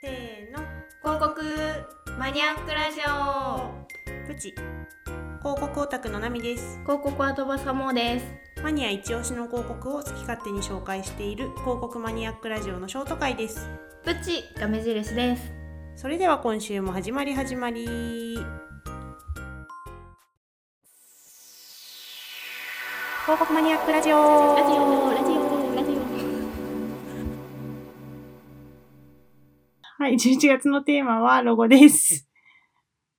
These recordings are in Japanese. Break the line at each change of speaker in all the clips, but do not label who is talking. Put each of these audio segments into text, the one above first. せーの
広告マニアックラジオ
プチ広告オタクのナミです
広告は飛ばさもです
マニア一押しの広告を好き勝手に紹介している広告マニアックラジオのショート回です
プチが目印です
それでは今週も始まり始まり広告マニアックラジオ
ラジオラジオラジ
はい、11月のテーマはロゴです。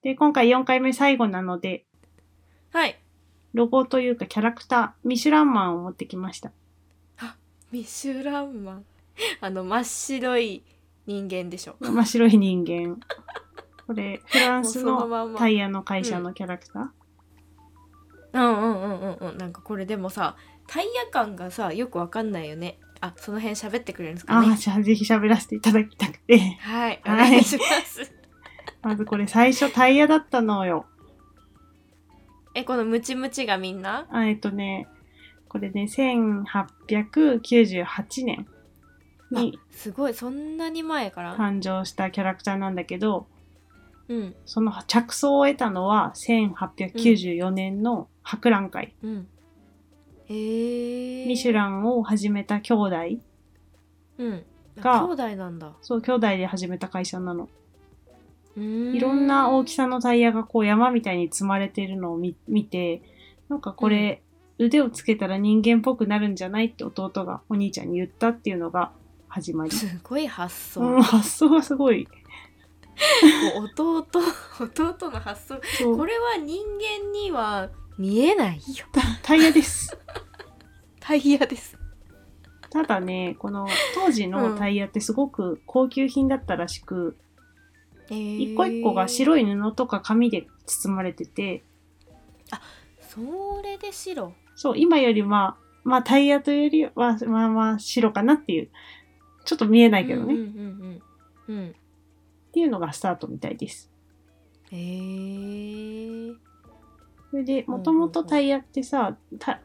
で、今回4回目最後なので、
オはい
ロゴというかキャラクター、ミシュランマンを持ってきました。
ミシュランマンあの真っ白い人間でしょ
真っ白い人間。これ、フラン
もう
ス
その
の
まんま
タイヤの会社のキャラクター、
うんうんうんうんうんなんかこれでもさタイヤ感がさよくわかんないよねあその辺喋ってくれるんですか
ああ、
ね
じゃあぜひ喋らせていただきたくて。
はいお
はい
願いします
まずこれ最初タイヤだったのよ。
えこのムチムチがみんな
あえっとね、これね、1898年に
すごいそんなに前から、
誕生したキャラクターなんだけど、
うん
その着想を得たのは1894年の博覧会、
うんえー、
ミシュランを始めた兄弟
うん、
が
兄弟なんだ
そう兄弟で始めた会社なのい
い
ろんな大きさのタイヤがこう山みたいに積まれてるのを見見てなんかこれ、腕をつけたら人間っぽくなるんじゃないって弟がお兄ちゃんに言ったっていうのが始まり
すごい発想、
うん、発想がすごい
弟 弟の発想
そう
これは人間には見えないよ
タイヤです
タイヤです
ただねこの当時のタイヤってすごく高級品だったらしく、一
一
個一個が白い布とか紙で包まれてて、
それで白
そう、今よりまあ、まあタイヤというよりは、まあまあ白かなっていう、ちょっと見えないけどね、
うん
っ
うんうんうんうん
ていうのがスタートみたいです。
えー、
それで、
うんうん
もともとタイヤってさ、た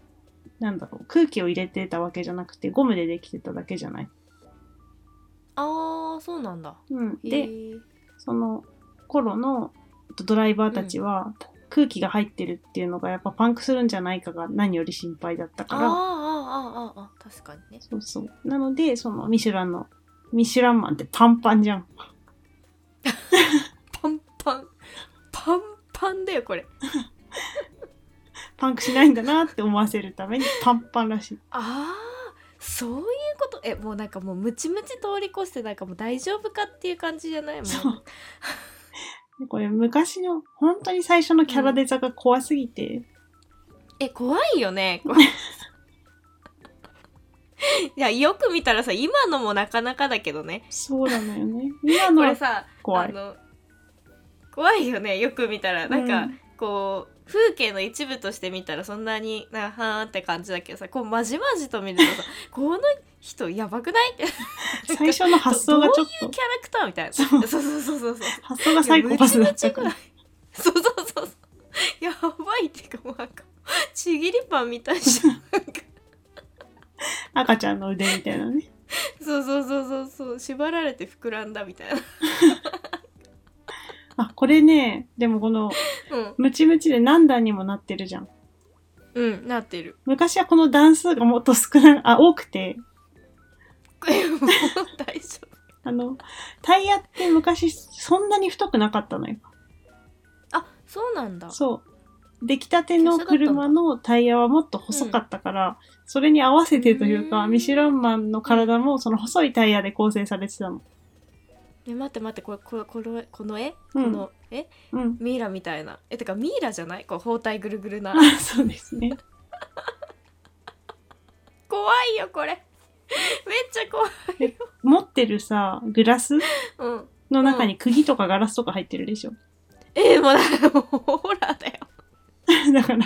なんだろう、空気を入れてたわけじゃなくて、ゴムでできてただけじゃない。
あーそうなんだ
うん。
へ
で、
ー
その頃のドライバーたちは、空気が入ってるっていうのがやっぱパンクするんじゃないかが何より心配だった
あ
か
ー
ら、
あーあーあーあー確かにね
そうそう。なので、そのミシュランの、ミシュランマンってパンパンじゃん。
パンパンパンパンだよこれ
パンクしないんだなって思わせるためにパンパンらしい。
ああそういうことえもうなんかもうムチムチ通り越してなんかもう大丈夫かっていう感じじゃないもう
そう。でこれ昔の、本当に最初のキャラデザが怖すぎて、
え怖いよ ねこれいやよく見たらさ今のもなかなかだけどね
そうなのよね。今
こ
の
れ
は
さ
怖い
あ。の怖いよねよく見たらなんか、
うん
こう風景の一部として見たらそんなになんかはーんって感じだけどさこうまじまじと見ると さこの人やばくないって
最初の発想がちょっと、
キャラクターみたいなそうそうそうそうそう
発想がサイコパスだったから。
いやムチムチぐらいそうそうそうそうやばいっていうかもうなんかちぎりパンみたいじゃんなんか
赤ちゃんの腕みたいなね。
そうそうそうそうそう縛られて膨らんだみたいな
あ、これね、でもこの、
うん
ムチムチで何段にもなってるじゃん。
うんなって る
昔はこの段数がもっと少な、あ、多くて、
もう大丈夫
あの、タイヤって昔そんなに太くなかったのよ。
あそうなんだ
そう。出来たての車のタイヤはもっと細かったから、それに合わせてというか、
うん
ミシュランマンの体もその細いタイヤで構成されてたの。
え待って待ってこれこれこの絵
う
この絵、
ん
このえ
うん。
ミイラみたいなえてかミイラじゃないこう包帯ぐるぐるな
あ そうですね。
怖いよこれ めっちゃ怖い
持ってるさ、グラス
うん
の中に釘とかガラスとか入ってるでしょ。
えもうだからもうホラーだよ
だから、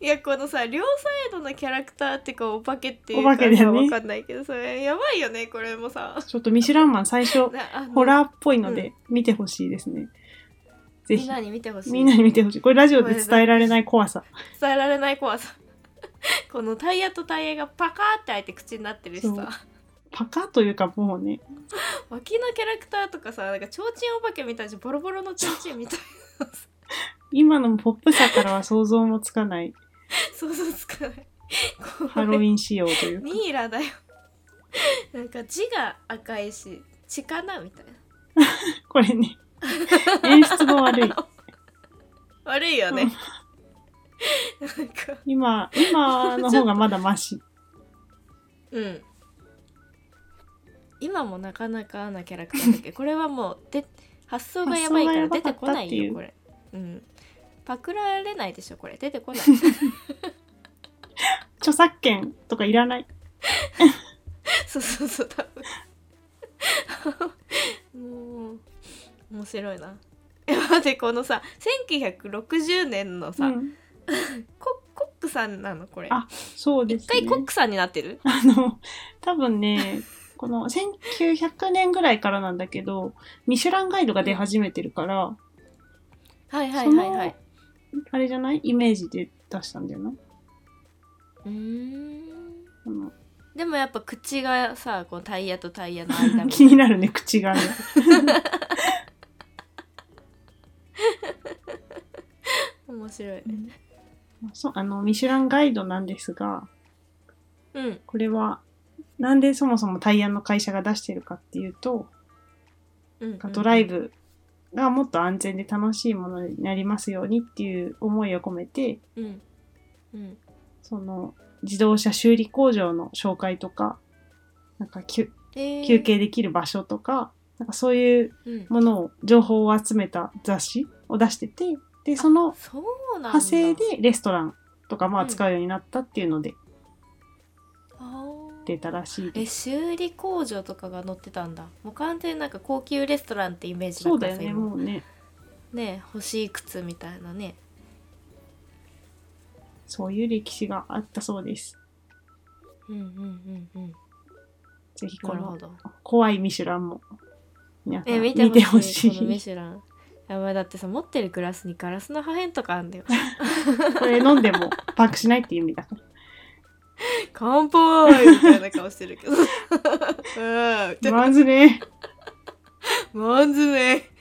いやこのさ両サイドのキャラクターってこうお化けっていう
お化けだよね
わかんないけどそれやばいよねこれもさ
ちょっとミシュランマン最初、
なあの
ホラーっぽいので見てほしいですね。ぜ
みん
ひ。
なに見てほしい
みんなに見てほしい。これラジオで伝えられない怖さ。
伝えら れない怖さこのタイヤとタイヤがパカーって開いて口になってるし
そう
さ
パカというかもうね、
脇のキャラクターとかさなんか提灯お化けみたいじゃんボロボロの提灯みたい なさ
今のポップさからは想像もつかない
想像つかない
ハロウィン仕様というか。
ミイラだよなんか字が赤いし血かなみたいな
これ ね、演出も悪い。
悪いよね、 なんか
今、今 の方がまだマシ。
うん今もなかなかなキャラクターだっけどこれはもうで発想がやばいから出てこないよこれうんパクられないでしょこれ出 てこない
著作権とかいらない。
そうそうそう多分もう面白いなえ待ってこのさ1960年の
う
さ、
ん、
ココックさんなのこれ
あそうですね
一回。コックさんになってる
あの、多分ね、この1900年ぐらいからなんだけど、ミシュランガイドが出始めてるから、
はいはいはいはい
あれじゃないイメージで出したんだよな。
うーん
あの
でもやっぱ口がさこうタイヤとタイヤの間みた
気
い
になるね、口がね。
な面白いね
まあそう、あの、ミシュランガイドなんですが、
うん
これは、なんでそもそもタイヤの会社が出してるかっていうと、
うん
ドライ
ブ
ブがもっと安全で楽しいものになりますようにっていう思いを込めて、
うんうん
その、自動車修理工場の紹介とか、なんかきゅ
えー
休憩できる場所とか、なんかそういう
うん
ものを、情報を集めた雑誌を出してて、で、その
そうなんだ
派生でレストランとかまあ
うん
使うようになったっていうので
あー
出たらしいで
え
す。
修理工場とかが載ってたんだもう完全になんか高級レストランってイメージだ
そう
った
だよ
らさ
ね、
今
もうね。
ね欲しい靴みたいなね
そういう歴史があったそうです。
うんうんうんうん
ぜひこ
なるほ
の
ど
怖いミシュランも皆さ
え
ん
見
見て
てほ
ほ
し
し
いこのミ
い。
シュランやばいだってさ持ってるグラスにガラスの破片とかあん だよ
これ飲んでもパークしないっていう意味だから。
乾杯みたいな 顔 してるけどうん
まずね。
まずね